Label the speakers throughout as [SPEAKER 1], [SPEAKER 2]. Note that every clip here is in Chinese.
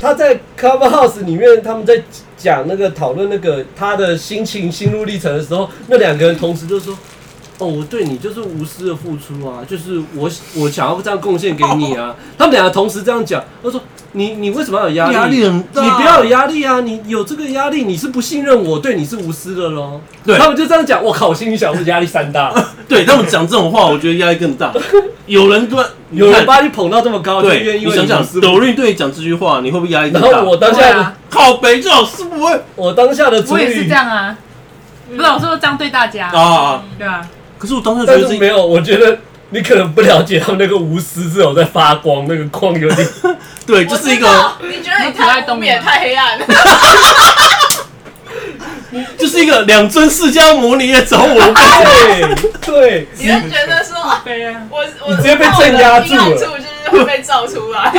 [SPEAKER 1] 他在 Clubhouse 里面，他们在讲那个讨论那个他的心情、心路历程的时候，那两个人同时就说：“哦，我对你就是无私的付出啊，就是我我想要这样贡献给你 啊。”他们两个同时这样讲，他说：“你你为什么要有压力？
[SPEAKER 2] 压力很大
[SPEAKER 1] 你不要有压力啊！你有这个压力，你是不信任我，对你是无私的喽。”
[SPEAKER 2] 对
[SPEAKER 1] 他们就这样讲，我靠，我心里想，我压力山大，
[SPEAKER 2] 对他们讲这种话，我觉得压力 更大。有人对， 你
[SPEAKER 1] 有人
[SPEAKER 2] 看
[SPEAKER 1] 把你捧到这么高，就
[SPEAKER 2] 对，
[SPEAKER 1] 愿意
[SPEAKER 2] 你
[SPEAKER 1] 为
[SPEAKER 2] 想
[SPEAKER 1] 无
[SPEAKER 2] 想，
[SPEAKER 1] 私付出
[SPEAKER 2] 抖音对你讲这句话，你会不会压力更
[SPEAKER 1] 然
[SPEAKER 2] 大？
[SPEAKER 1] 后我当下
[SPEAKER 3] 对
[SPEAKER 1] 的、
[SPEAKER 3] 啊
[SPEAKER 2] 靠北这种是不会
[SPEAKER 1] 我当下的主
[SPEAKER 3] 我也是这
[SPEAKER 1] 语，
[SPEAKER 3] 样啊，不是我说这样对大家，
[SPEAKER 2] 啊。
[SPEAKER 3] 对啊，
[SPEAKER 2] 可是我当时觉
[SPEAKER 1] 但
[SPEAKER 2] 得自
[SPEAKER 1] 是
[SPEAKER 2] 己
[SPEAKER 1] 没有，我觉得你可能不了解他们那个无私是有在发光，那个光有 点。
[SPEAKER 2] 对，就是一
[SPEAKER 4] 我知
[SPEAKER 2] 个
[SPEAKER 4] 道你觉得你太东也太黑 暗了，
[SPEAKER 2] 就是一个两尊释迦摩尼来找我拜。
[SPEAKER 1] 对对，
[SPEAKER 4] 你就觉得 说啊
[SPEAKER 3] 对啊，
[SPEAKER 4] 我我
[SPEAKER 1] 你直接被镇压住了
[SPEAKER 4] 我的阴暗处就是会被照出 来。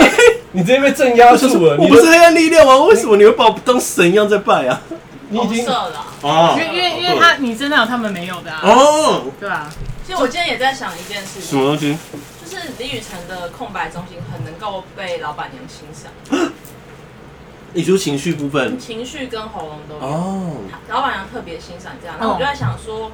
[SPEAKER 1] 你直接被镇压住了，
[SPEAKER 2] 我
[SPEAKER 1] 你
[SPEAKER 2] 不
[SPEAKER 1] 就是
[SPEAKER 2] 黑暗力量吗？为什么你会把我当神一样在拜啊？
[SPEAKER 1] 你已经
[SPEAKER 4] 色了。
[SPEAKER 2] 啊
[SPEAKER 3] 因为因为因为他你身上有他们没有的啊，
[SPEAKER 2] 哦，
[SPEAKER 3] 对啊，
[SPEAKER 4] 其实我今天也在想一件事
[SPEAKER 2] 什
[SPEAKER 4] 情，
[SPEAKER 2] 么东西？
[SPEAKER 4] 就是李宇辰的空白中心很能够被老板娘欣赏，
[SPEAKER 2] 你说情绪部分
[SPEAKER 4] 情绪跟喉咙都有。
[SPEAKER 2] 哦，
[SPEAKER 4] 老板娘特别欣赏这样，然后我就在想说，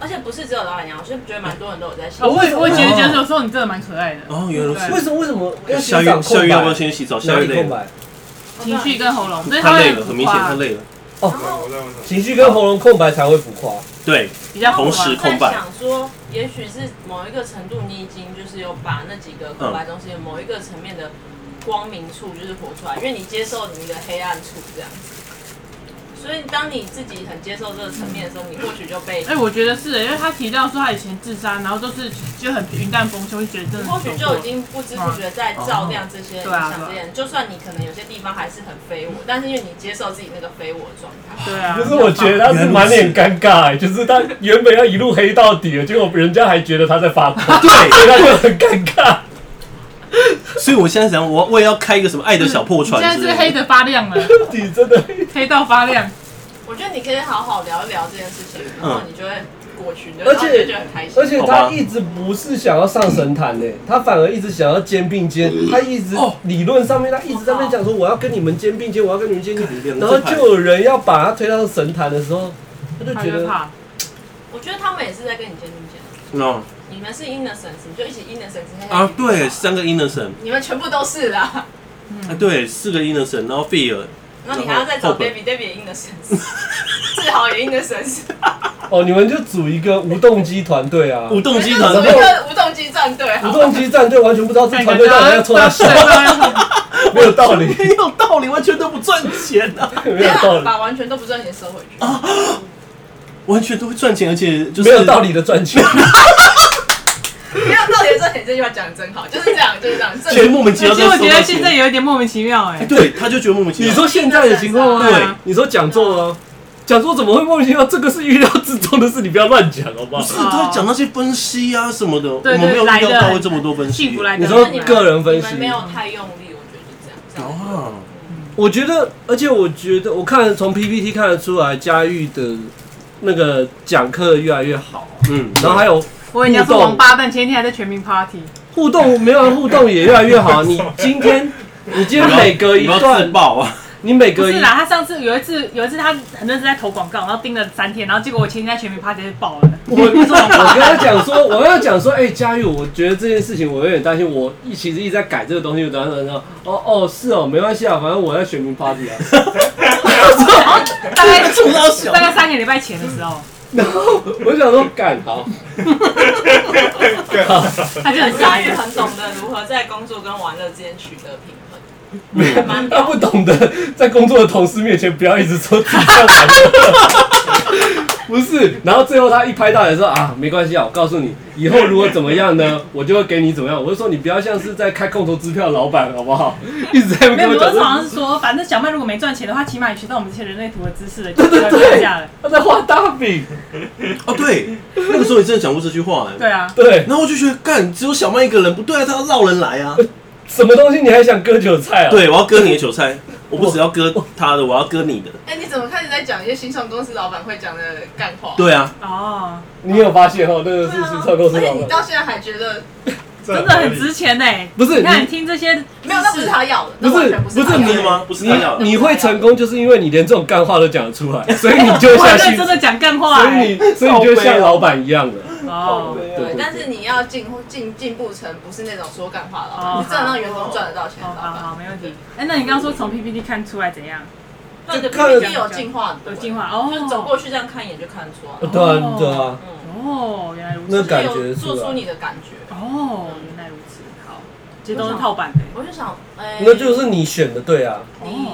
[SPEAKER 4] 而且不是只有老板娘，我就觉得蛮多人都有在欣赏。
[SPEAKER 3] 我也我也觉得
[SPEAKER 2] 哦
[SPEAKER 3] 觉得有时候你真的蛮可爱的，
[SPEAKER 2] 哦原来是
[SPEAKER 1] 为什么为什么要欣
[SPEAKER 2] 夏
[SPEAKER 1] 赏
[SPEAKER 2] 月
[SPEAKER 1] 空
[SPEAKER 2] 夏
[SPEAKER 1] 白？
[SPEAKER 2] 月要不要先洗澡？夏
[SPEAKER 1] 哪
[SPEAKER 2] 月
[SPEAKER 1] 里
[SPEAKER 2] 累
[SPEAKER 1] 空
[SPEAKER 2] 了，
[SPEAKER 1] 白？
[SPEAKER 3] 情绪跟喉咙，所以
[SPEAKER 2] 他
[SPEAKER 3] 会
[SPEAKER 2] 累了，很明显
[SPEAKER 3] 浮夸
[SPEAKER 2] 他累了。
[SPEAKER 4] 然后
[SPEAKER 5] 我在问他
[SPEAKER 1] 情绪跟喉咙空白才会浮夸。
[SPEAKER 2] 对，
[SPEAKER 3] 比较浮夸
[SPEAKER 2] 同时空
[SPEAKER 4] 在
[SPEAKER 2] 白
[SPEAKER 4] 想说，也许是某一个程度，你已经就是有把那几个空白
[SPEAKER 2] 嗯
[SPEAKER 4] 中心的某一个层面的光明处就是活出来，因为你接受你的黑暗处这样子。所以当你自己很接受这个层面的时候，你或许就被，
[SPEAKER 3] 哎、我觉得是的，因为他提到说他以前自杀，然后都是就很云淡风轻，会觉得真的
[SPEAKER 4] 或
[SPEAKER 3] 很
[SPEAKER 4] 许
[SPEAKER 3] 难过
[SPEAKER 4] 就已经不知不觉在照亮这些
[SPEAKER 3] 嗯
[SPEAKER 4] 影
[SPEAKER 3] 对啊
[SPEAKER 4] 响这些人。就算你可能有些地方还是很非我，但是因为你接受自己那个非我状态，
[SPEAKER 3] 对啊，
[SPEAKER 1] 就是我觉得他是满脸尴尬、哎就是他原本要一路黑到底了，结果人家还觉得他在发光，对，所以他就很尴尬。
[SPEAKER 2] 所以我现在想，我我也要开一个什么爱的小破船
[SPEAKER 3] 嗯你现
[SPEAKER 2] 之
[SPEAKER 3] 在
[SPEAKER 2] 类
[SPEAKER 3] 是黑
[SPEAKER 2] 的。
[SPEAKER 3] 的发亮 了，
[SPEAKER 1] 你真的
[SPEAKER 3] 黑到发亮，
[SPEAKER 4] 我觉得你可以好好聊一聊这件事情，
[SPEAKER 2] 嗯
[SPEAKER 4] 然后你就会过去，
[SPEAKER 1] 而
[SPEAKER 4] 然后
[SPEAKER 1] 且
[SPEAKER 4] 你就觉得很开心
[SPEAKER 1] 而。且他一直不是想要上神坛呢，他反而一直想要肩并肩。他一直
[SPEAKER 2] 哦
[SPEAKER 1] 理论上面，他一直在那边讲说我要跟你们肩并肩，我要跟你们肩并 肩。然
[SPEAKER 2] 看
[SPEAKER 1] 后就有人要把他推到神坛的时候，他就
[SPEAKER 3] 他
[SPEAKER 1] 觉
[SPEAKER 3] 就
[SPEAKER 1] 得
[SPEAKER 3] 怕。
[SPEAKER 4] 我觉得他们也是在跟你肩并肩。
[SPEAKER 2] 嗯
[SPEAKER 4] 你们是 innocence，你就一起 innocence 黑黑
[SPEAKER 2] 啊，对，三个 innocent，
[SPEAKER 4] 你们全部都是啦。
[SPEAKER 3] 嗯
[SPEAKER 2] 啊对，四个 innocent，然后
[SPEAKER 1] 啊
[SPEAKER 2] fear，
[SPEAKER 4] 然后你还要再找
[SPEAKER 2] 后悔
[SPEAKER 4] baby baby 也 innocence，志 豪也 innocence，
[SPEAKER 1] 哦，你们就组一个 无动机团队啊，
[SPEAKER 2] 舞动
[SPEAKER 4] 你
[SPEAKER 2] 机
[SPEAKER 4] 们
[SPEAKER 2] 团
[SPEAKER 4] 就组
[SPEAKER 2] 队
[SPEAKER 4] 一个无动机战队好
[SPEAKER 1] 无
[SPEAKER 4] 了。
[SPEAKER 1] 动机战队完全不知道这团队到底要冲他笑， 没有道理，
[SPEAKER 2] 没有道理，完全都不赚钱啊，
[SPEAKER 1] 没有道
[SPEAKER 4] 等一下
[SPEAKER 1] 理，
[SPEAKER 4] 把完全都不赚钱收回去。
[SPEAKER 2] 完全都会赚钱，而且就是
[SPEAKER 1] 没有道理的赚钱，
[SPEAKER 4] 没有到底赚钱这句话讲的真好，就是这样，就是这样。
[SPEAKER 2] 觉得
[SPEAKER 4] 正
[SPEAKER 2] 莫 名其
[SPEAKER 3] 其
[SPEAKER 2] 妙
[SPEAKER 3] 实
[SPEAKER 2] 在收
[SPEAKER 3] 我
[SPEAKER 2] 到钱。
[SPEAKER 3] 觉得现在有一点莫名其妙哎、
[SPEAKER 2] 哎对，他就觉得莫名其 妙。
[SPEAKER 1] 你说现在的情况吗？
[SPEAKER 2] 对，
[SPEAKER 1] 你说讲座啊，讲座怎么会莫名其妙？这个是预料之中的事，你不要乱讲，好不
[SPEAKER 2] 不
[SPEAKER 1] 好？
[SPEAKER 2] 是，他会讲那些分析啊什么的，我
[SPEAKER 3] 对
[SPEAKER 2] 们没有
[SPEAKER 3] 来
[SPEAKER 2] 预
[SPEAKER 3] 的
[SPEAKER 2] 料到会这么多分析。
[SPEAKER 3] 幸福来的
[SPEAKER 1] 你说
[SPEAKER 3] 人
[SPEAKER 1] 个人分
[SPEAKER 4] 你
[SPEAKER 1] 析
[SPEAKER 4] 们，没有太用力，我觉得就这样。这样
[SPEAKER 2] 啊，
[SPEAKER 1] 我觉得，而且我觉得，我看从 PPT 看得出来，佳玉的那个讲课越来越好啊、
[SPEAKER 2] 嗯，
[SPEAKER 1] 然后还有
[SPEAKER 3] 我跟你讲是王八蛋，前天还在全民 party，
[SPEAKER 1] 互动，没有互动也越来越好啊。你今天， 你今天每隔一
[SPEAKER 2] 你要自
[SPEAKER 1] 段，
[SPEAKER 2] 爆啊，
[SPEAKER 1] 你每
[SPEAKER 3] 不
[SPEAKER 1] 隔一
[SPEAKER 3] 是啦，他上次有一次有一次他很认真在投广告，然后盯了三天，然后结果我前天在全民 party 就爆了，
[SPEAKER 1] 我我跟他讲说，我跟他讲说，哎、佳玉，我觉得这件事情我有点担心，我一其实一直在改这个东西，我等等等，哦哦，是哦，没关系啊，反正我在选民 party 啊。
[SPEAKER 3] 然后大概
[SPEAKER 2] 冲到小
[SPEAKER 3] 大概三个礼拜前的时候，
[SPEAKER 1] 然后我想说，干好，好
[SPEAKER 3] 他就很
[SPEAKER 4] 佳
[SPEAKER 3] 傻
[SPEAKER 4] 玉
[SPEAKER 3] 眼。
[SPEAKER 4] 很懂得如何在工作跟玩乐之间取得平衡。蛮
[SPEAKER 1] 他不懂得在工作的同事面前不要一直说自己在玩乐 不是，然后最后他一拍大腿说啊，没关系啊，我告诉你，以后如果怎么样呢，我就会给你怎么样。我就说你不要像是在开空头支票的老板，好不好？一直在那
[SPEAKER 3] 没
[SPEAKER 1] 边
[SPEAKER 3] 有，
[SPEAKER 1] 跟我讲
[SPEAKER 3] 我是好
[SPEAKER 1] 说
[SPEAKER 3] 像是说，反正小麦如果没赚钱的话，起码也学到我们这些人类图的知识了，就不会放下了。
[SPEAKER 1] 他在画大饼，
[SPEAKER 2] 哦，对，那个时候你真的讲过这句话哎。
[SPEAKER 3] 对啊，
[SPEAKER 1] 对，
[SPEAKER 2] 然后我就觉得，干，只有小曼一个人，不对啊，他要绕人来啊。
[SPEAKER 1] 什么东西你还想割韭菜啊？，
[SPEAKER 2] 对，我要割你的韭菜，我不只要割他的，我要割你的。
[SPEAKER 4] 哎，你怎么开始在讲一些新创公司老板会讲的干话？
[SPEAKER 2] 对啊，
[SPEAKER 3] 哦，
[SPEAKER 1] 你有发现哦，那个
[SPEAKER 4] 对
[SPEAKER 1] 是
[SPEAKER 4] 啊，
[SPEAKER 1] 新创公司
[SPEAKER 4] 而且
[SPEAKER 1] 老
[SPEAKER 4] 你
[SPEAKER 1] 板。
[SPEAKER 4] 到现在还觉得
[SPEAKER 3] 真的很值钱呢、
[SPEAKER 1] 不是
[SPEAKER 3] 你看
[SPEAKER 1] 你
[SPEAKER 3] 你听这些
[SPEAKER 4] 没有，那不是他要的，那
[SPEAKER 1] 不是
[SPEAKER 4] 完全是
[SPEAKER 1] 不
[SPEAKER 4] 他
[SPEAKER 1] 是
[SPEAKER 4] 要
[SPEAKER 2] 真
[SPEAKER 4] 的
[SPEAKER 2] 的吗？不是
[SPEAKER 1] 你
[SPEAKER 2] 他要的，
[SPEAKER 1] 你会成功，就是因为你连这种干话都讲得出来，所以你就
[SPEAKER 3] 我
[SPEAKER 1] 像
[SPEAKER 3] 很认
[SPEAKER 1] 新，
[SPEAKER 3] 真
[SPEAKER 1] 所
[SPEAKER 3] 的讲干话、
[SPEAKER 1] 以
[SPEAKER 3] 欸，
[SPEAKER 1] 你所以你就像老板一样的。
[SPEAKER 3] 哦，
[SPEAKER 1] 对
[SPEAKER 4] 对，啊但是你要进进进步成不是那种说干话的老
[SPEAKER 3] 哦
[SPEAKER 4] 板，你真的让员工赚得到钱的
[SPEAKER 3] 哦，
[SPEAKER 4] 老
[SPEAKER 3] 好
[SPEAKER 4] 板，
[SPEAKER 3] 好，没问题。哎、那你刚刚说从 PPT 看出来怎样？
[SPEAKER 4] 那
[SPEAKER 1] 就
[SPEAKER 4] 就
[SPEAKER 1] 看
[SPEAKER 4] 肯定有进化的，
[SPEAKER 3] 有进，化哦，
[SPEAKER 4] 就是走过去这样看一眼就看得出来 了，
[SPEAKER 1] 对啊，对啊，
[SPEAKER 4] 嗯，
[SPEAKER 3] 哦，原来如
[SPEAKER 1] 那
[SPEAKER 3] 此。
[SPEAKER 1] 感觉
[SPEAKER 4] 就是有做
[SPEAKER 1] 出来
[SPEAKER 4] 出你的感觉。
[SPEAKER 3] 哦，原来如此。好，这都是套版的。
[SPEAKER 4] 我就想，哎，
[SPEAKER 1] 那就是你选的对啊，
[SPEAKER 4] 你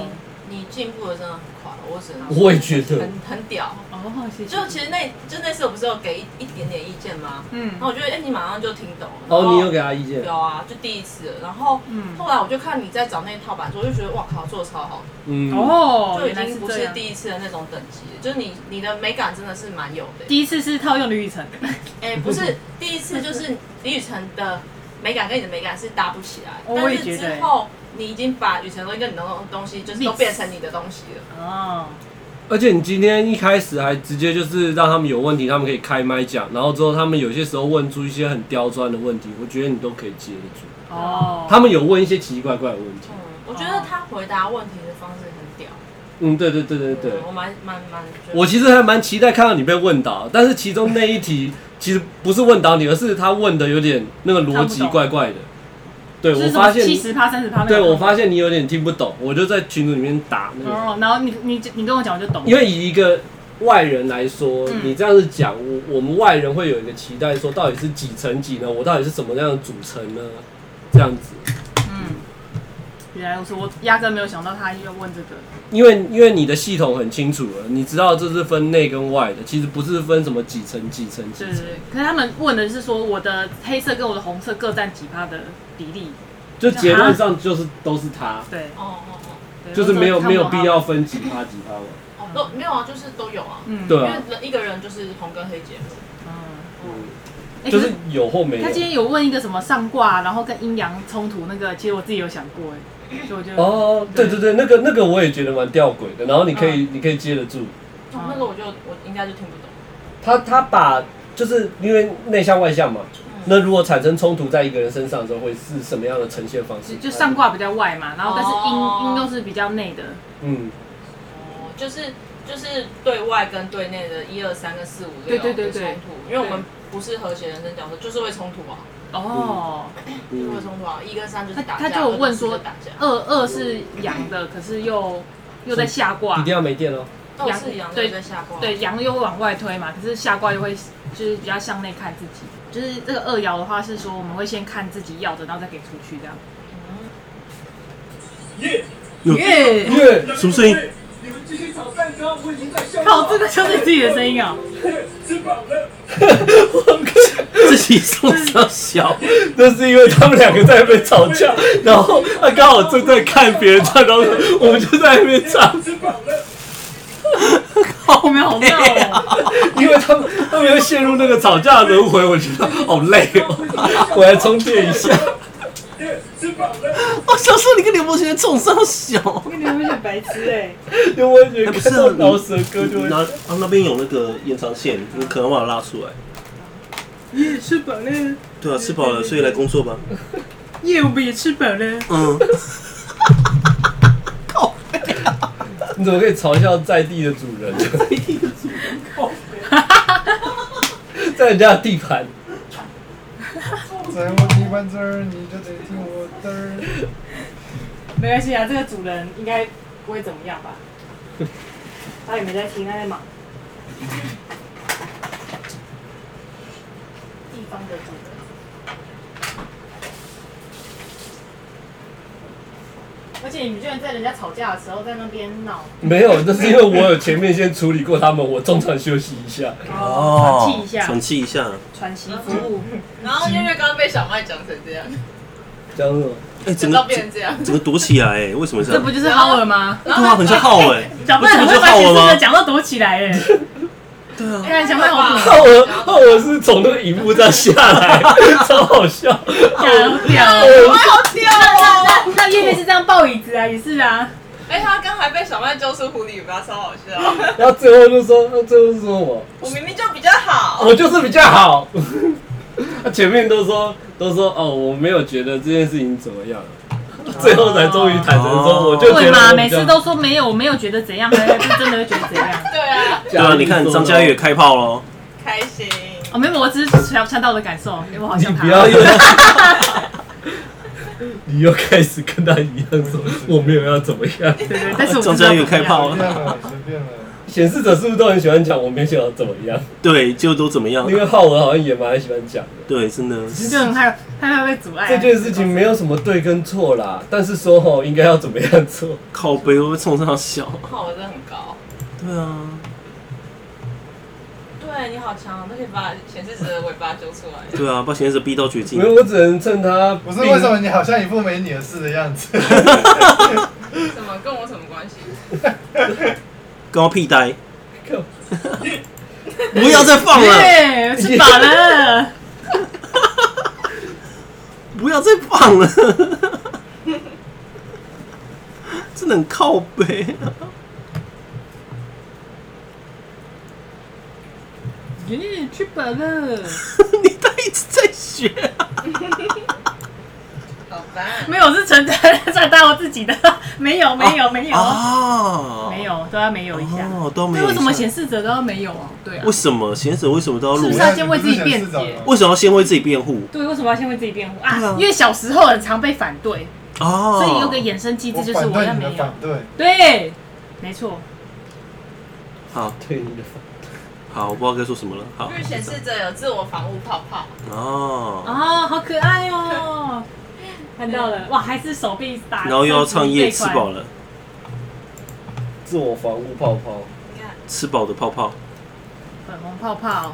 [SPEAKER 4] 你进步的真的很快，我只能
[SPEAKER 1] 我也觉得
[SPEAKER 4] 很，很屌。
[SPEAKER 3] 哦，谢谢。
[SPEAKER 4] 就其实那就那次我不是有给一一点点意见吗？
[SPEAKER 3] 嗯
[SPEAKER 4] 然后我觉得，哎，你马上就听懂了。
[SPEAKER 1] 哦，你有给他意见，
[SPEAKER 4] 有啊，就第一次了。然后
[SPEAKER 3] 嗯，
[SPEAKER 4] 后来我就看你在找那套版图，我就觉得哇靠，做的超好的。
[SPEAKER 1] 嗯，
[SPEAKER 3] 哦，
[SPEAKER 4] 就已
[SPEAKER 3] 原来
[SPEAKER 4] 经
[SPEAKER 3] 是
[SPEAKER 4] 不
[SPEAKER 3] 这
[SPEAKER 4] 是
[SPEAKER 3] 样。
[SPEAKER 4] 第一次的那种等级了，就是你你的美感真的是蛮有 的。
[SPEAKER 3] 第一次是套用吕雨辰，
[SPEAKER 4] 哎、不是第一次，就是李宇辰的美感跟你的美感是搭不起来，
[SPEAKER 3] 哦我
[SPEAKER 4] 但
[SPEAKER 3] 也
[SPEAKER 4] 是
[SPEAKER 3] 觉得
[SPEAKER 4] 之后你已经把宇辰的东西跟你的东西，就是都
[SPEAKER 3] Mix
[SPEAKER 4] 变成你的东西了。
[SPEAKER 3] 哦，
[SPEAKER 1] 而且你今天一开始还直接就是让他们有问题，他们可以开麦讲，然后之后他们有些时候问出一些很刁钻的问题，我觉得你都可以接得住。
[SPEAKER 3] 哦，
[SPEAKER 1] 他们有问一些奇奇怪怪的问题，
[SPEAKER 4] 嗯，我觉得他回答问题的方式很屌。
[SPEAKER 1] 嗯，对对对对对
[SPEAKER 4] 嗯，我蛮蛮蛮。觉得
[SPEAKER 1] 我其实还蛮期待看到你被问倒，但是其中那一题其实不是问倒你，而是他问的有点那个逻辑怪怪的。对，
[SPEAKER 3] 就
[SPEAKER 1] 我
[SPEAKER 3] 是
[SPEAKER 1] 发
[SPEAKER 3] 七
[SPEAKER 1] 现，
[SPEAKER 3] 十趴、三十趴。
[SPEAKER 1] 对我发现你有点听不懂，我就在群组里面打那个，
[SPEAKER 3] 哦，然后你你你跟我讲，我就懂。
[SPEAKER 1] 因为以一个外人来说
[SPEAKER 3] 嗯，
[SPEAKER 1] 你这样子讲，我我们外人会有一个期待，说到底是几层几呢？我到底是什么样的组成呢？这样子，
[SPEAKER 3] 嗯，原来我说我压根没有想到他要问这个。
[SPEAKER 1] 因为因为你的系统很清楚了，你知道这是分内跟外的，其实不是分什么几层几层几
[SPEAKER 3] 对
[SPEAKER 1] 层
[SPEAKER 3] 对，对，可是他们问的是说我的黑色跟我的红色各占几趴的比例，
[SPEAKER 1] 就结论上就是都是他。
[SPEAKER 3] 对，
[SPEAKER 4] 哦哦哦
[SPEAKER 3] 对
[SPEAKER 1] 就是没有
[SPEAKER 3] 我说
[SPEAKER 1] 没有必
[SPEAKER 3] 看
[SPEAKER 1] 要分几趴几趴嘛。
[SPEAKER 4] 哦，
[SPEAKER 3] 嗯
[SPEAKER 4] 都没有啊，就是都有啊。
[SPEAKER 3] 不
[SPEAKER 1] 对
[SPEAKER 3] 好，
[SPEAKER 1] 啊
[SPEAKER 4] 因为人一个人就是红跟黑结合。
[SPEAKER 3] 嗯，
[SPEAKER 4] 嗯，
[SPEAKER 3] 嗯，
[SPEAKER 1] 就
[SPEAKER 3] 就是是
[SPEAKER 1] 有或没有
[SPEAKER 3] 他。今天有问一个什么上卦，然后跟阴阳冲突那个，其实我自己有想过，哎，所以我就
[SPEAKER 1] 哦，对对对，那个那个我也觉得蛮吊诡的，然后你可
[SPEAKER 3] 嗯
[SPEAKER 1] 以、你可以接得住。
[SPEAKER 4] 哦那个我就我应该就听不懂。
[SPEAKER 1] 他他把就是因为内向外向嘛，
[SPEAKER 3] 嗯
[SPEAKER 1] 那如果产生冲突在一个人身上的时候，会是什么样的呈现方式？
[SPEAKER 3] 就就上，卦比较外嘛，然后但是
[SPEAKER 4] 哦
[SPEAKER 3] 阴阴都是比较内的，
[SPEAKER 1] 嗯，
[SPEAKER 4] 哦，就是就是对外跟对内的一二三跟四五
[SPEAKER 3] 对
[SPEAKER 4] 六
[SPEAKER 3] 对对
[SPEAKER 4] 有
[SPEAKER 3] 对
[SPEAKER 4] 冲突，因为我们不是和谐人生角色，就是会冲突啊，
[SPEAKER 3] 哦，
[SPEAKER 4] 就是会
[SPEAKER 1] 嗯
[SPEAKER 4] 冲突啊，一跟三就是
[SPEAKER 3] 他
[SPEAKER 4] 打架，
[SPEAKER 3] 他就有
[SPEAKER 4] 二跟
[SPEAKER 3] 问
[SPEAKER 4] 四就
[SPEAKER 3] 说
[SPEAKER 4] 打架，
[SPEAKER 3] 二二是阳的，可是又又在下
[SPEAKER 1] 一
[SPEAKER 3] 卦
[SPEAKER 1] 定，要没电哦。
[SPEAKER 4] 都是一样的
[SPEAKER 3] 对
[SPEAKER 4] 在下卦，
[SPEAKER 3] 对，阳又往外推嘛，可是下卦又会就是比较向内看自己。就是这个二爻的话，是说我们会先看自己要的，然后再给出去这样。
[SPEAKER 2] 有
[SPEAKER 3] 耶
[SPEAKER 1] 耶，
[SPEAKER 2] 什么声音？
[SPEAKER 5] 你们继续找战争，我已经在消
[SPEAKER 3] 靠，这个就是你自己的声音啊！
[SPEAKER 5] 吃饱了。
[SPEAKER 2] 自己送上小，
[SPEAKER 1] 那是因为他们两个在那边吵架，然后他刚好正在看别人唱，然后我们就在那边唱，
[SPEAKER 3] 好没有好妙 哦！
[SPEAKER 1] 因为他们他们又陷入那个吵架的轮回，我觉得好累哦。 我来充电一下。
[SPEAKER 2] 我想说你跟刘伯学冲上小，
[SPEAKER 3] 你们是白痴
[SPEAKER 4] 欸
[SPEAKER 3] 哎！
[SPEAKER 1] 就我觉
[SPEAKER 2] 哎
[SPEAKER 1] 得
[SPEAKER 2] 不是
[SPEAKER 1] 看
[SPEAKER 2] 啊
[SPEAKER 1] 到饶舌歌就会
[SPEAKER 2] 然后啊那边有那个延长线，你可能把它拉出来。
[SPEAKER 3] 你也吃饱了，
[SPEAKER 2] 对啊，吃饱了，所以来工作吧。
[SPEAKER 3] 耶，我们也吃饱了。
[SPEAKER 2] 嗯，
[SPEAKER 1] 你怎么可以嘲笑在地的主人？ 在地的主人， 在人家的地盘，
[SPEAKER 5] 在我地盘这儿，你就得听我的儿。
[SPEAKER 3] 没关系啊，这个主人应该不会怎么样吧？他也没在听，他在忙。地方的主人。而且你们居然在人家吵架的时候在那边闹，
[SPEAKER 1] 没有，那是因为我有前面先处理过他们，我中场休息一下。
[SPEAKER 3] 哦，喘气一下，
[SPEAKER 2] 喘气一下。
[SPEAKER 3] 喘息服务。
[SPEAKER 4] 然后因为刚刚被小麦讲成这样，
[SPEAKER 1] 讲什么？
[SPEAKER 2] 哎，
[SPEAKER 4] 整
[SPEAKER 2] 整
[SPEAKER 4] 到
[SPEAKER 2] 个
[SPEAKER 4] 变成这样，
[SPEAKER 2] 整个躲起来，哎，为什么这
[SPEAKER 3] 这
[SPEAKER 2] 样
[SPEAKER 3] 不？就是浩尔吗？
[SPEAKER 2] 对啊，很像浩哎，
[SPEAKER 3] 小
[SPEAKER 2] 不
[SPEAKER 3] 妹
[SPEAKER 2] 是
[SPEAKER 3] 很
[SPEAKER 2] 不
[SPEAKER 3] 会
[SPEAKER 2] 就
[SPEAKER 3] 把
[SPEAKER 2] 浩
[SPEAKER 3] 心
[SPEAKER 2] 文
[SPEAKER 3] 事的
[SPEAKER 2] 吗？
[SPEAKER 3] 讲到躲起来耶！
[SPEAKER 2] 对啊，
[SPEAKER 3] 看小妹好
[SPEAKER 1] 那我那我是从那个荧幕这样下来，超好笑。
[SPEAKER 3] 屌，屌！
[SPEAKER 4] 好屌哦！
[SPEAKER 3] 那那叶叶是这样抱椅子啊，也是啊。
[SPEAKER 4] 哎，他刚才被小麦揪出狐狸尾巴，超好笑。
[SPEAKER 1] 然后最后就说，最后就说我，哦
[SPEAKER 4] 我明明就比较 好，
[SPEAKER 1] 我就是比较好。前面都说都说哦，我没有觉得这件事情怎么样，最后才终于坦诚说，
[SPEAKER 2] 哦
[SPEAKER 1] 我就觉
[SPEAKER 3] 对
[SPEAKER 1] 得
[SPEAKER 3] 嘛？
[SPEAKER 1] 我
[SPEAKER 3] 每
[SPEAKER 1] 比较
[SPEAKER 3] 次都说没有，我没有觉得怎样， 还是真的会觉得怎样？
[SPEAKER 4] 对啊，
[SPEAKER 2] 对啊，你 看张嘉译也开炮 喽，
[SPEAKER 4] 开心。
[SPEAKER 3] 哦，没有，我只是传传到我的感受，因为我好
[SPEAKER 1] 你
[SPEAKER 3] 像他。
[SPEAKER 1] 不要又， 你又开始跟他一样说我没有要怎么样。
[SPEAKER 3] 对对，但是我
[SPEAKER 2] 张嘉译也开炮
[SPEAKER 5] 随
[SPEAKER 2] 了，
[SPEAKER 5] 便了，随便了。
[SPEAKER 1] 显示者是不是都很喜欢讲我没想要怎么样？
[SPEAKER 2] 对，就都怎么样
[SPEAKER 1] 那？个浩文好像也蛮喜欢讲的。
[SPEAKER 2] 对，真的，
[SPEAKER 3] 就很害害怕被阻碍。
[SPEAKER 1] 这件事情没有什么对跟错啦，但是说吼应该要怎么样做？
[SPEAKER 2] 靠背会不会冲上小？
[SPEAKER 4] 哇，我真的很高。
[SPEAKER 2] 对啊，
[SPEAKER 4] 对你好强，都可以把显示者的尾巴揪出来。
[SPEAKER 2] 对啊，把贤者逼到绝境
[SPEAKER 3] 嗯
[SPEAKER 1] 没。有，我只能趁他
[SPEAKER 5] 不
[SPEAKER 1] 病
[SPEAKER 5] 是为什么你好像一副没你的事的样子？
[SPEAKER 4] 怎么跟我什么关系？
[SPEAKER 2] 高屁呆，
[SPEAKER 1] 靠
[SPEAKER 2] 不要再放 了，
[SPEAKER 3] 耶，吃饱了。
[SPEAKER 2] 不要再放了， 真的很靠背 啊、
[SPEAKER 3] 耶，吃饱了。
[SPEAKER 2] 你他一直在学啊、
[SPEAKER 4] 好烦。
[SPEAKER 3] 没有，是承担承担我自己的， 没有，没有，没有，
[SPEAKER 2] 哦
[SPEAKER 3] 没有，都要没有一下。
[SPEAKER 2] 哦，都没
[SPEAKER 3] 对，
[SPEAKER 2] 有一下。
[SPEAKER 3] 为什么显示者都要没有啊？对啊
[SPEAKER 2] 为，什么贤者为什么都要录
[SPEAKER 3] 是不？是要先为自己辩解
[SPEAKER 2] 为什么要先为自己辩护？
[SPEAKER 3] 对，为什么要先为自己辩护
[SPEAKER 2] 对啊
[SPEAKER 3] 啊？因为小时候很常被反对，
[SPEAKER 2] 哦，
[SPEAKER 3] 所以有个衍生机
[SPEAKER 5] 我
[SPEAKER 3] 制就是我要没
[SPEAKER 5] 反对你的
[SPEAKER 3] 有
[SPEAKER 5] 反。对，
[SPEAKER 3] 对，没错。
[SPEAKER 2] 好
[SPEAKER 1] 对你的反
[SPEAKER 2] 好，我不知道该说什么了。好
[SPEAKER 4] 因，为显示者有自我防护泡泡，
[SPEAKER 2] 哦，
[SPEAKER 3] 哦，好可爱哦！ 看到了，哇，还是手臂打。
[SPEAKER 2] 然后又要唱夜吃饱
[SPEAKER 3] 了。
[SPEAKER 2] 了，
[SPEAKER 1] 自我防护泡泡，
[SPEAKER 4] 你看
[SPEAKER 2] 吃饱的泡泡，
[SPEAKER 3] 粉红泡泡，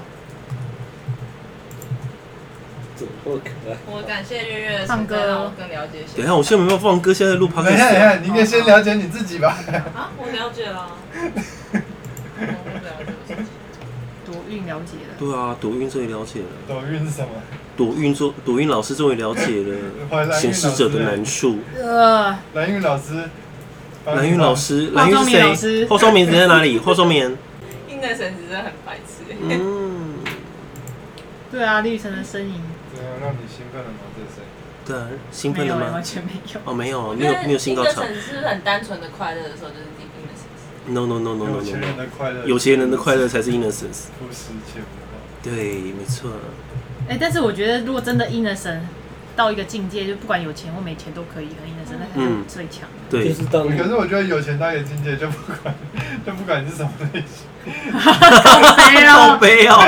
[SPEAKER 1] 怎么那么可爱？
[SPEAKER 4] 我感谢月月的
[SPEAKER 3] 唱
[SPEAKER 4] 存
[SPEAKER 3] 歌
[SPEAKER 4] 在，让我更了解
[SPEAKER 2] 等
[SPEAKER 4] 显
[SPEAKER 2] 一
[SPEAKER 4] 示
[SPEAKER 2] 下，我现在没办法放歌，现在在录 p o
[SPEAKER 5] 等一下，等一
[SPEAKER 2] d
[SPEAKER 5] 下，你应该先了解你自己吧。
[SPEAKER 4] 啊， 我了解了。我不了解我自己
[SPEAKER 3] 多运了解了。
[SPEAKER 2] 对啊，朵云终于了解了，
[SPEAKER 5] 抖音是什么？
[SPEAKER 2] 朵云终朵云老师终于了解
[SPEAKER 5] 欢迎蓝韵老
[SPEAKER 2] 了
[SPEAKER 5] 师
[SPEAKER 2] 显示者的难处。
[SPEAKER 3] 呃，
[SPEAKER 5] 蓝韵老师，
[SPEAKER 2] 蓝韵老，师，
[SPEAKER 3] 化
[SPEAKER 2] 蓝韵
[SPEAKER 3] 妆棉老
[SPEAKER 2] 是
[SPEAKER 3] 师
[SPEAKER 2] 谁？化妆棉人在哪里？化妆棉，
[SPEAKER 4] 硬的绳子真的很白痴。
[SPEAKER 2] 嗯，
[SPEAKER 3] 对啊，绿城的身影
[SPEAKER 5] 怎样让你兴奋了吗？这是
[SPEAKER 2] 对啊，兴
[SPEAKER 3] 没
[SPEAKER 2] 奋了
[SPEAKER 3] 有，完
[SPEAKER 2] 吗？
[SPEAKER 3] 全没有。
[SPEAKER 2] 哦，没有，没有，没有新高
[SPEAKER 4] 硬的
[SPEAKER 2] 潮
[SPEAKER 4] 绳。子是不是很单纯的快乐的时候，就是硬的绳子。
[SPEAKER 2] No no no no
[SPEAKER 5] 有
[SPEAKER 2] no
[SPEAKER 5] 钱
[SPEAKER 2] no，
[SPEAKER 5] 人的快乐，
[SPEAKER 2] 有钱人的快乐才是 innocence。
[SPEAKER 5] 不实钱无
[SPEAKER 2] 对，没错。
[SPEAKER 3] 哎、但是我觉得，如果真的 innocent 到一个境界，就不管有钱或没钱都可以很 innocent，那才是
[SPEAKER 2] 嗯
[SPEAKER 3] 最强的。
[SPEAKER 1] 就
[SPEAKER 2] 对
[SPEAKER 1] 是，当
[SPEAKER 5] 报。
[SPEAKER 1] 你
[SPEAKER 5] 可是我觉得有钱到一个境界，就不管就不管你是什么类型，
[SPEAKER 3] 没
[SPEAKER 2] 好
[SPEAKER 3] 有
[SPEAKER 2] 悲哦。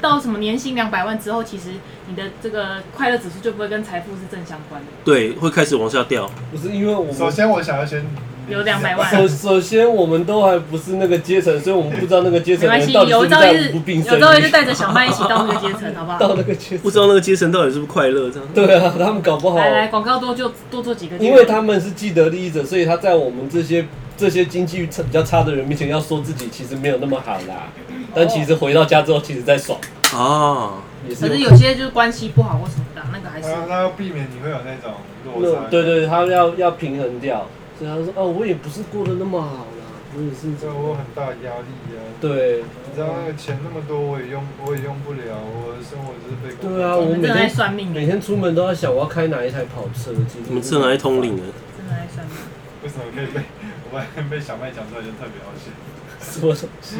[SPEAKER 3] 到什么年薪两百万之后，其实你的这个快乐指数就不会跟财富是正相关的。
[SPEAKER 2] 对，会开始往下掉。
[SPEAKER 1] 不是因为我们
[SPEAKER 5] 首先我想要先
[SPEAKER 3] 有200万
[SPEAKER 1] 首首先我们都还不是那个阶层，所以我们不知道那个阶
[SPEAKER 3] 没
[SPEAKER 1] 层的
[SPEAKER 3] 关系，
[SPEAKER 1] 人到底是
[SPEAKER 3] 有
[SPEAKER 1] 不是
[SPEAKER 3] 朝一
[SPEAKER 1] 在
[SPEAKER 3] 日
[SPEAKER 1] 无病
[SPEAKER 3] 有朝一
[SPEAKER 1] 呻
[SPEAKER 3] 日
[SPEAKER 1] 吟。
[SPEAKER 3] 带着小麦一起到那个阶层，好不
[SPEAKER 1] 到
[SPEAKER 3] 好？
[SPEAKER 1] 那个阶层
[SPEAKER 2] 不，知道那个阶层到底是不是快乐这样。
[SPEAKER 1] 对啊，他们搞不好，
[SPEAKER 3] 来来，广告多就多做几个阶层，
[SPEAKER 1] 因为他们是既得利益者，所以他在我们这些这些经济比较差的人面前要说自己其实没有那么好啦，但其实回到家之后，其实在爽，
[SPEAKER 2] 哦，
[SPEAKER 1] 也是
[SPEAKER 3] 可
[SPEAKER 1] 有
[SPEAKER 3] 是
[SPEAKER 1] 能。
[SPEAKER 3] 有些就是关系不好或什么的，那个还是
[SPEAKER 1] 啊
[SPEAKER 5] 那那要避免你会有那种落差
[SPEAKER 1] 那。对，对，他要要平衡掉，所以他说哦，我也不是过得那么好啦，我也是这
[SPEAKER 5] 这
[SPEAKER 1] 样
[SPEAKER 5] 我有很大压力啊。
[SPEAKER 1] 对，
[SPEAKER 5] 你知道那个钱那么多，我也用我也用不了，我的生活就是被供
[SPEAKER 1] 对啊我
[SPEAKER 3] 真
[SPEAKER 1] 每
[SPEAKER 3] 的
[SPEAKER 1] 天
[SPEAKER 3] 在算命
[SPEAKER 1] 每
[SPEAKER 3] 的，
[SPEAKER 1] 天出门都要想我要开哪一台跑车，其实
[SPEAKER 2] 你们这哪一通灵啊？
[SPEAKER 3] 真的在算命。
[SPEAKER 5] 为什么可以被我们被小麦讲出来就特别好笑？
[SPEAKER 1] 什么东西？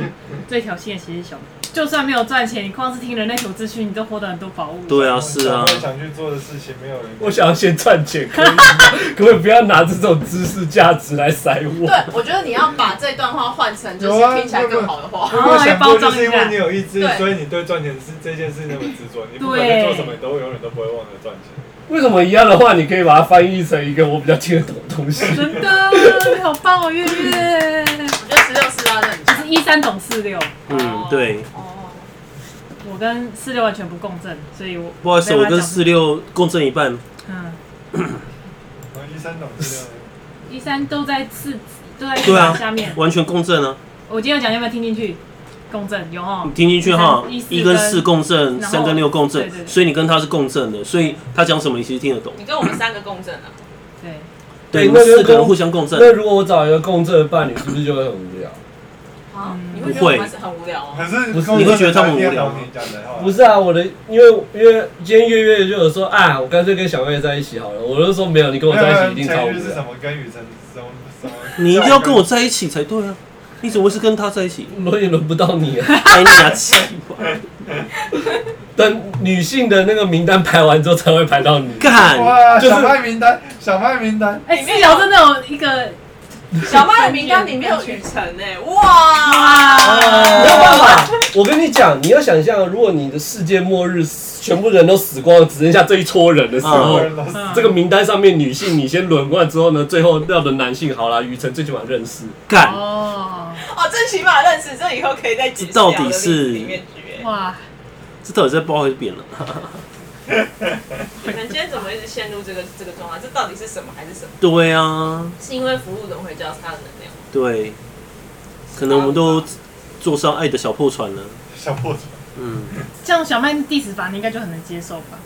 [SPEAKER 3] 最挑衅的其实是小，就算没有赚钱，你光是听人类求资讯，你都获得很多宝物。
[SPEAKER 2] 对啊，是啊
[SPEAKER 5] 我，想去做的事情没有人。
[SPEAKER 1] 我想要先赚钱，可以 吗？可不可以不要拿这种知识价值来塞
[SPEAKER 4] 对
[SPEAKER 1] 我？，
[SPEAKER 4] 我觉得你要把这段话换成就
[SPEAKER 5] 有啊啊
[SPEAKER 4] 是听起来更好的话。
[SPEAKER 5] 如
[SPEAKER 3] 然
[SPEAKER 5] 果
[SPEAKER 3] 后
[SPEAKER 5] 想
[SPEAKER 3] 还啊包
[SPEAKER 5] 过，就
[SPEAKER 3] 装
[SPEAKER 5] 是
[SPEAKER 3] 一
[SPEAKER 5] 因为
[SPEAKER 3] 下
[SPEAKER 5] 你，有意志，
[SPEAKER 4] 对
[SPEAKER 5] 所以你对赚钱是这件事那么执着，你不管在
[SPEAKER 3] 对
[SPEAKER 5] 做什么，你都永远都不会忘了赚钱。
[SPEAKER 1] 为什么一样的话，你可以把它翻译成一个我比较听得懂的东 西？
[SPEAKER 3] 真的，你好棒哦，月月，
[SPEAKER 4] 我觉得十六四八是很
[SPEAKER 3] 就是一三懂四六，
[SPEAKER 2] 嗯，对。
[SPEAKER 4] 哦，
[SPEAKER 3] 我跟四六完全不共振，所以我
[SPEAKER 2] 不好意思，我
[SPEAKER 3] 没办
[SPEAKER 2] 跟
[SPEAKER 3] 法讲
[SPEAKER 2] 四六共振一半。
[SPEAKER 3] 嗯
[SPEAKER 5] 然后一三懂是
[SPEAKER 3] 一三都在四都在
[SPEAKER 2] 对啊
[SPEAKER 3] 下面，。
[SPEAKER 2] 完全共振啊！
[SPEAKER 3] 我今天有讲，要不要听进去？共振有哦
[SPEAKER 2] 你，听进去哈，
[SPEAKER 3] 一三
[SPEAKER 2] 一跟四共振，
[SPEAKER 3] 然后
[SPEAKER 2] 三跟六共振
[SPEAKER 3] 对对，对
[SPEAKER 2] 所以你跟他是共振的，所以他讲什么你其实听得懂。
[SPEAKER 4] 你跟我们三个共振 啊，
[SPEAKER 3] 对，
[SPEAKER 2] 对，
[SPEAKER 1] 对
[SPEAKER 2] 你们
[SPEAKER 1] 那就
[SPEAKER 2] 四个人
[SPEAKER 1] 跟
[SPEAKER 2] 互相共振。
[SPEAKER 1] 那如果我找一个共振的伴侣，是不是就会很无聊？
[SPEAKER 4] 啊啊，
[SPEAKER 5] 嗯
[SPEAKER 4] 你
[SPEAKER 2] 不
[SPEAKER 4] 会觉得我
[SPEAKER 2] 会
[SPEAKER 4] 们很无聊
[SPEAKER 5] 可
[SPEAKER 4] 哦。
[SPEAKER 5] 是
[SPEAKER 1] 不是
[SPEAKER 2] 你会觉得他们无聊吗
[SPEAKER 5] 你讲的话
[SPEAKER 1] 不是啊，我的，因为因为今天月月就有说啊，我干脆跟小妹在一起好了。我就说没有，你跟我在一起一定超无
[SPEAKER 5] 成语是什
[SPEAKER 1] 聊。
[SPEAKER 5] 么？跟雨辰什么什么？
[SPEAKER 2] 你一定要跟我在一起才对啊！你怎么会是跟他在一起？
[SPEAKER 1] 轮也轮不到你啊！
[SPEAKER 2] 拍你啊，奇怪！
[SPEAKER 1] 等女性的那个名单排完之后，才会排到你。
[SPEAKER 2] 干！
[SPEAKER 5] 哇，
[SPEAKER 1] 就是
[SPEAKER 5] 小麦名单，小麦名单，
[SPEAKER 3] 哎，四瑶真的有一个
[SPEAKER 4] 小曼的名单里面有雨辰哎，哇！
[SPEAKER 1] 没有办法，我跟你讲，你要想象，如果你的世界末日，全部人都死光，只剩下这一撮人的时候，
[SPEAKER 2] 哦
[SPEAKER 5] 我人老
[SPEAKER 3] 嗯
[SPEAKER 5] 师
[SPEAKER 1] 这个名单上面女性你先轮过来之后呢，最后要轮男性。好啦，雨辰最起码认识，
[SPEAKER 2] 干！
[SPEAKER 3] 哦，
[SPEAKER 4] 哦，这起码认识，这以后可以在解释
[SPEAKER 2] 到底是
[SPEAKER 4] 里面举哎。
[SPEAKER 3] 哇，
[SPEAKER 2] 这到底在包还是扁了？
[SPEAKER 4] 你们今天怎么一直陷入这个这个状态？这到底是什么还是什么？
[SPEAKER 2] 对啊，
[SPEAKER 4] 是因为服务融回交叉的能量？
[SPEAKER 2] 对，可能我们都坐上爱的小破船了。
[SPEAKER 5] 小破子，
[SPEAKER 2] 嗯，
[SPEAKER 3] 像小麦 diss 法，你应该就很能接受吧？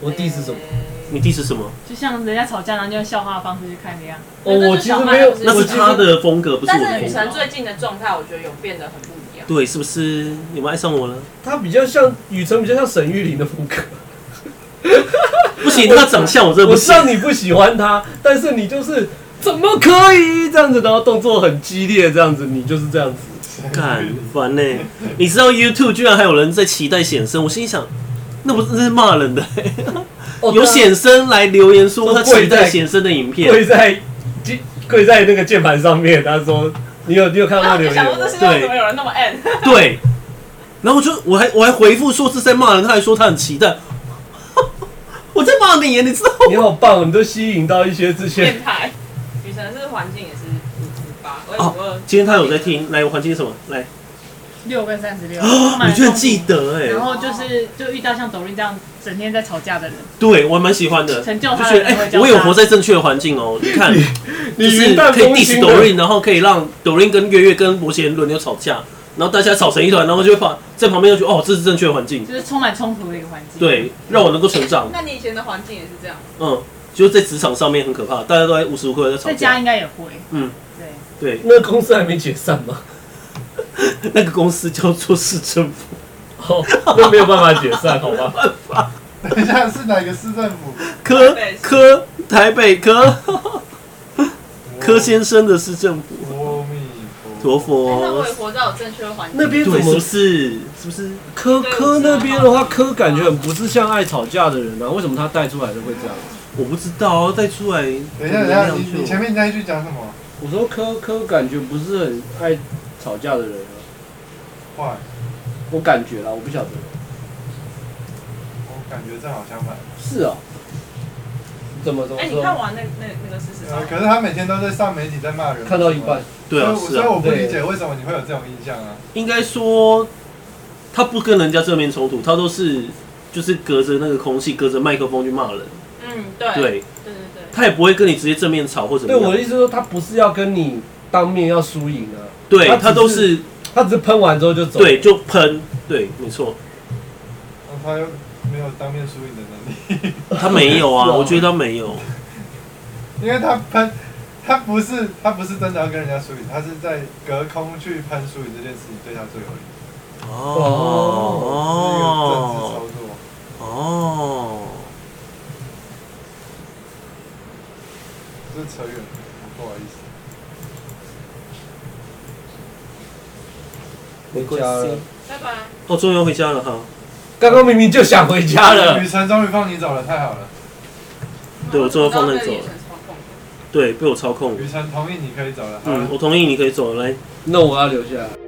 [SPEAKER 1] 我第一次什么？
[SPEAKER 4] 哎
[SPEAKER 2] 你 diss 什么？
[SPEAKER 3] 就像人家吵架，然后就用笑话的方式去看的样子。
[SPEAKER 1] 哦，我其实没有，
[SPEAKER 2] 那
[SPEAKER 1] 我
[SPEAKER 2] 是
[SPEAKER 1] 其实
[SPEAKER 2] 他的风格，不是
[SPEAKER 4] 但
[SPEAKER 2] 我
[SPEAKER 4] 是
[SPEAKER 2] 的
[SPEAKER 4] 雨
[SPEAKER 2] 风
[SPEAKER 4] 辰
[SPEAKER 2] 格。
[SPEAKER 4] 最近的状态，我觉得有变得很不一样。
[SPEAKER 2] 对，是不是？你们爱上我了？
[SPEAKER 1] 他比较像雨辰，比较像沈玉琳的风格。
[SPEAKER 2] 不行，他长相我真的
[SPEAKER 1] 我
[SPEAKER 2] 不
[SPEAKER 1] 知
[SPEAKER 2] 行。
[SPEAKER 1] 道你不喜欢他，但是你就是怎么可以这样子，然后动作很激烈，这样子，你就是这样子。
[SPEAKER 2] 干烦呢、你知道 YouTube 居然还有人在期待显身，我心里想，那不是那是骂人的、哦有显身来留言说他期待显身的影
[SPEAKER 1] 跪
[SPEAKER 2] 片，
[SPEAKER 1] 在跪在那个键盘上面，他说：“你有你有看
[SPEAKER 4] 然
[SPEAKER 1] 到
[SPEAKER 4] 啊后我
[SPEAKER 1] 留言
[SPEAKER 4] 就想
[SPEAKER 1] 吗
[SPEAKER 4] 说，这世界上怎么有人那么暗？
[SPEAKER 2] 对。然后我就我还我还回复说是在骂人，他还说他很期待， 我在骂你耶，你知道？
[SPEAKER 1] 你好棒，你都吸引到一些这些
[SPEAKER 4] 变态。雨辰是环境也是五五八，我也不
[SPEAKER 2] 哦
[SPEAKER 4] 过，
[SPEAKER 2] 今天他有在听，来，我还记什么？来，
[SPEAKER 3] 六跟三 十六，
[SPEAKER 2] 你居然记得哎、
[SPEAKER 3] 然后就是就遇到像抖音这样整天在吵架的人，
[SPEAKER 2] 对我还蛮喜欢的，
[SPEAKER 3] 成就
[SPEAKER 2] 我就
[SPEAKER 3] 他
[SPEAKER 2] 觉
[SPEAKER 3] 的
[SPEAKER 2] 得哎、
[SPEAKER 3] 人会
[SPEAKER 2] 我有活
[SPEAKER 3] 叫他
[SPEAKER 2] 在正确的环境哦，你看。
[SPEAKER 1] 你
[SPEAKER 2] 就是
[SPEAKER 1] 云淡
[SPEAKER 2] 可以
[SPEAKER 1] 风轻
[SPEAKER 2] diss
[SPEAKER 1] 的
[SPEAKER 2] Doreen，然后可以让 Doreen 跟月月跟摩羯轮流吵架，然后大家吵成一团，然后就会把在旁边就觉得哦，这是正确的环境，
[SPEAKER 3] 就是充满冲突的一个环境。，
[SPEAKER 2] 对，让我能够成长。
[SPEAKER 4] 那你以前的环境也是这样？
[SPEAKER 2] 嗯，就是在职场上面很可怕，大家都在无时无刻在吵
[SPEAKER 3] 在家
[SPEAKER 2] 架。
[SPEAKER 3] 应该也会。
[SPEAKER 2] 嗯，
[SPEAKER 3] 对，
[SPEAKER 2] 对，
[SPEAKER 1] 那公司还没解散吗？
[SPEAKER 2] 那个公司叫做市政府，
[SPEAKER 1] 哦，那没有办法解散，好吧？
[SPEAKER 5] 等一下是哪个市政府？
[SPEAKER 2] 柯
[SPEAKER 4] 台北市
[SPEAKER 2] 柯台北柯柯先生的市政府，
[SPEAKER 5] 阿弥
[SPEAKER 2] 陀
[SPEAKER 5] 陀佛，
[SPEAKER 4] 哎那
[SPEAKER 2] 佛
[SPEAKER 4] 我也。活在我正确的环境。
[SPEAKER 1] 那边
[SPEAKER 2] 对，
[SPEAKER 1] 怎
[SPEAKER 2] 是不
[SPEAKER 1] 么
[SPEAKER 2] 是？是不是？
[SPEAKER 1] 科
[SPEAKER 4] 对
[SPEAKER 1] 科
[SPEAKER 4] 我知道
[SPEAKER 1] 那边的话，科感觉很不是像爱吵架的人啊？为什么他带出来的会这样？
[SPEAKER 2] 我不知道啊，带出来。
[SPEAKER 5] 等一下等一下，你你前面那一句讲什么？
[SPEAKER 1] 我说科科感觉不是很爱吵架的人啊，
[SPEAKER 5] 哇，
[SPEAKER 1] 我感觉啦，我不晓得。
[SPEAKER 5] 我感觉正好相反。
[SPEAKER 1] 是啊，怎么怎么
[SPEAKER 4] 哎，你看
[SPEAKER 1] 说？
[SPEAKER 4] 完那那那个事实上
[SPEAKER 5] 呃，，可是他每天都在上媒体在骂人，
[SPEAKER 1] 看到一半，
[SPEAKER 2] 对啊，
[SPEAKER 5] 所以
[SPEAKER 2] 是
[SPEAKER 5] 所以
[SPEAKER 2] 啊，
[SPEAKER 5] 我不理解为什么你会有这种印象啊？
[SPEAKER 2] 应该说，他不跟人家正面冲突，他都是就是隔着那个空气，隔着麦克风去骂人。
[SPEAKER 4] 嗯，对
[SPEAKER 2] 对，
[SPEAKER 4] 对对对
[SPEAKER 2] 他也不会跟你直接正面吵或怎
[SPEAKER 1] 对
[SPEAKER 2] 么
[SPEAKER 1] 我的
[SPEAKER 2] 样。
[SPEAKER 1] 意思是说，他不是要跟你当面要输赢啊，
[SPEAKER 2] 对
[SPEAKER 1] 他只
[SPEAKER 2] 他都是
[SPEAKER 1] 他只是喷完之后就走。
[SPEAKER 2] 对，就喷，对，没错，
[SPEAKER 5] 那哦他又没有当面输赢的能力，
[SPEAKER 2] 他没有
[SPEAKER 1] 是
[SPEAKER 2] 啊，
[SPEAKER 1] 啊
[SPEAKER 2] 我觉得他没有。
[SPEAKER 5] 因为他喷，他不是他不是真的要跟人家输赢，他是在隔空去喷输赢这件事情对他最有利，是一个
[SPEAKER 2] 哦
[SPEAKER 5] 政治操作。
[SPEAKER 2] 哦，
[SPEAKER 5] 这扯远了，不好意思。
[SPEAKER 1] 回家了。
[SPEAKER 4] 拜拜。
[SPEAKER 2] 哦，终于要回家了哈。
[SPEAKER 1] 刚刚明明就想回家了
[SPEAKER 5] 雨，辰终于放你走了，太好了。
[SPEAKER 2] 对我最后放那里走了
[SPEAKER 4] 我知道这里也是超痛苦
[SPEAKER 2] 对，被我操控。
[SPEAKER 5] 雨辰同意你可以走了，好了
[SPEAKER 2] 嗯，。我同意，你可以走了来。
[SPEAKER 1] 那我要留下来。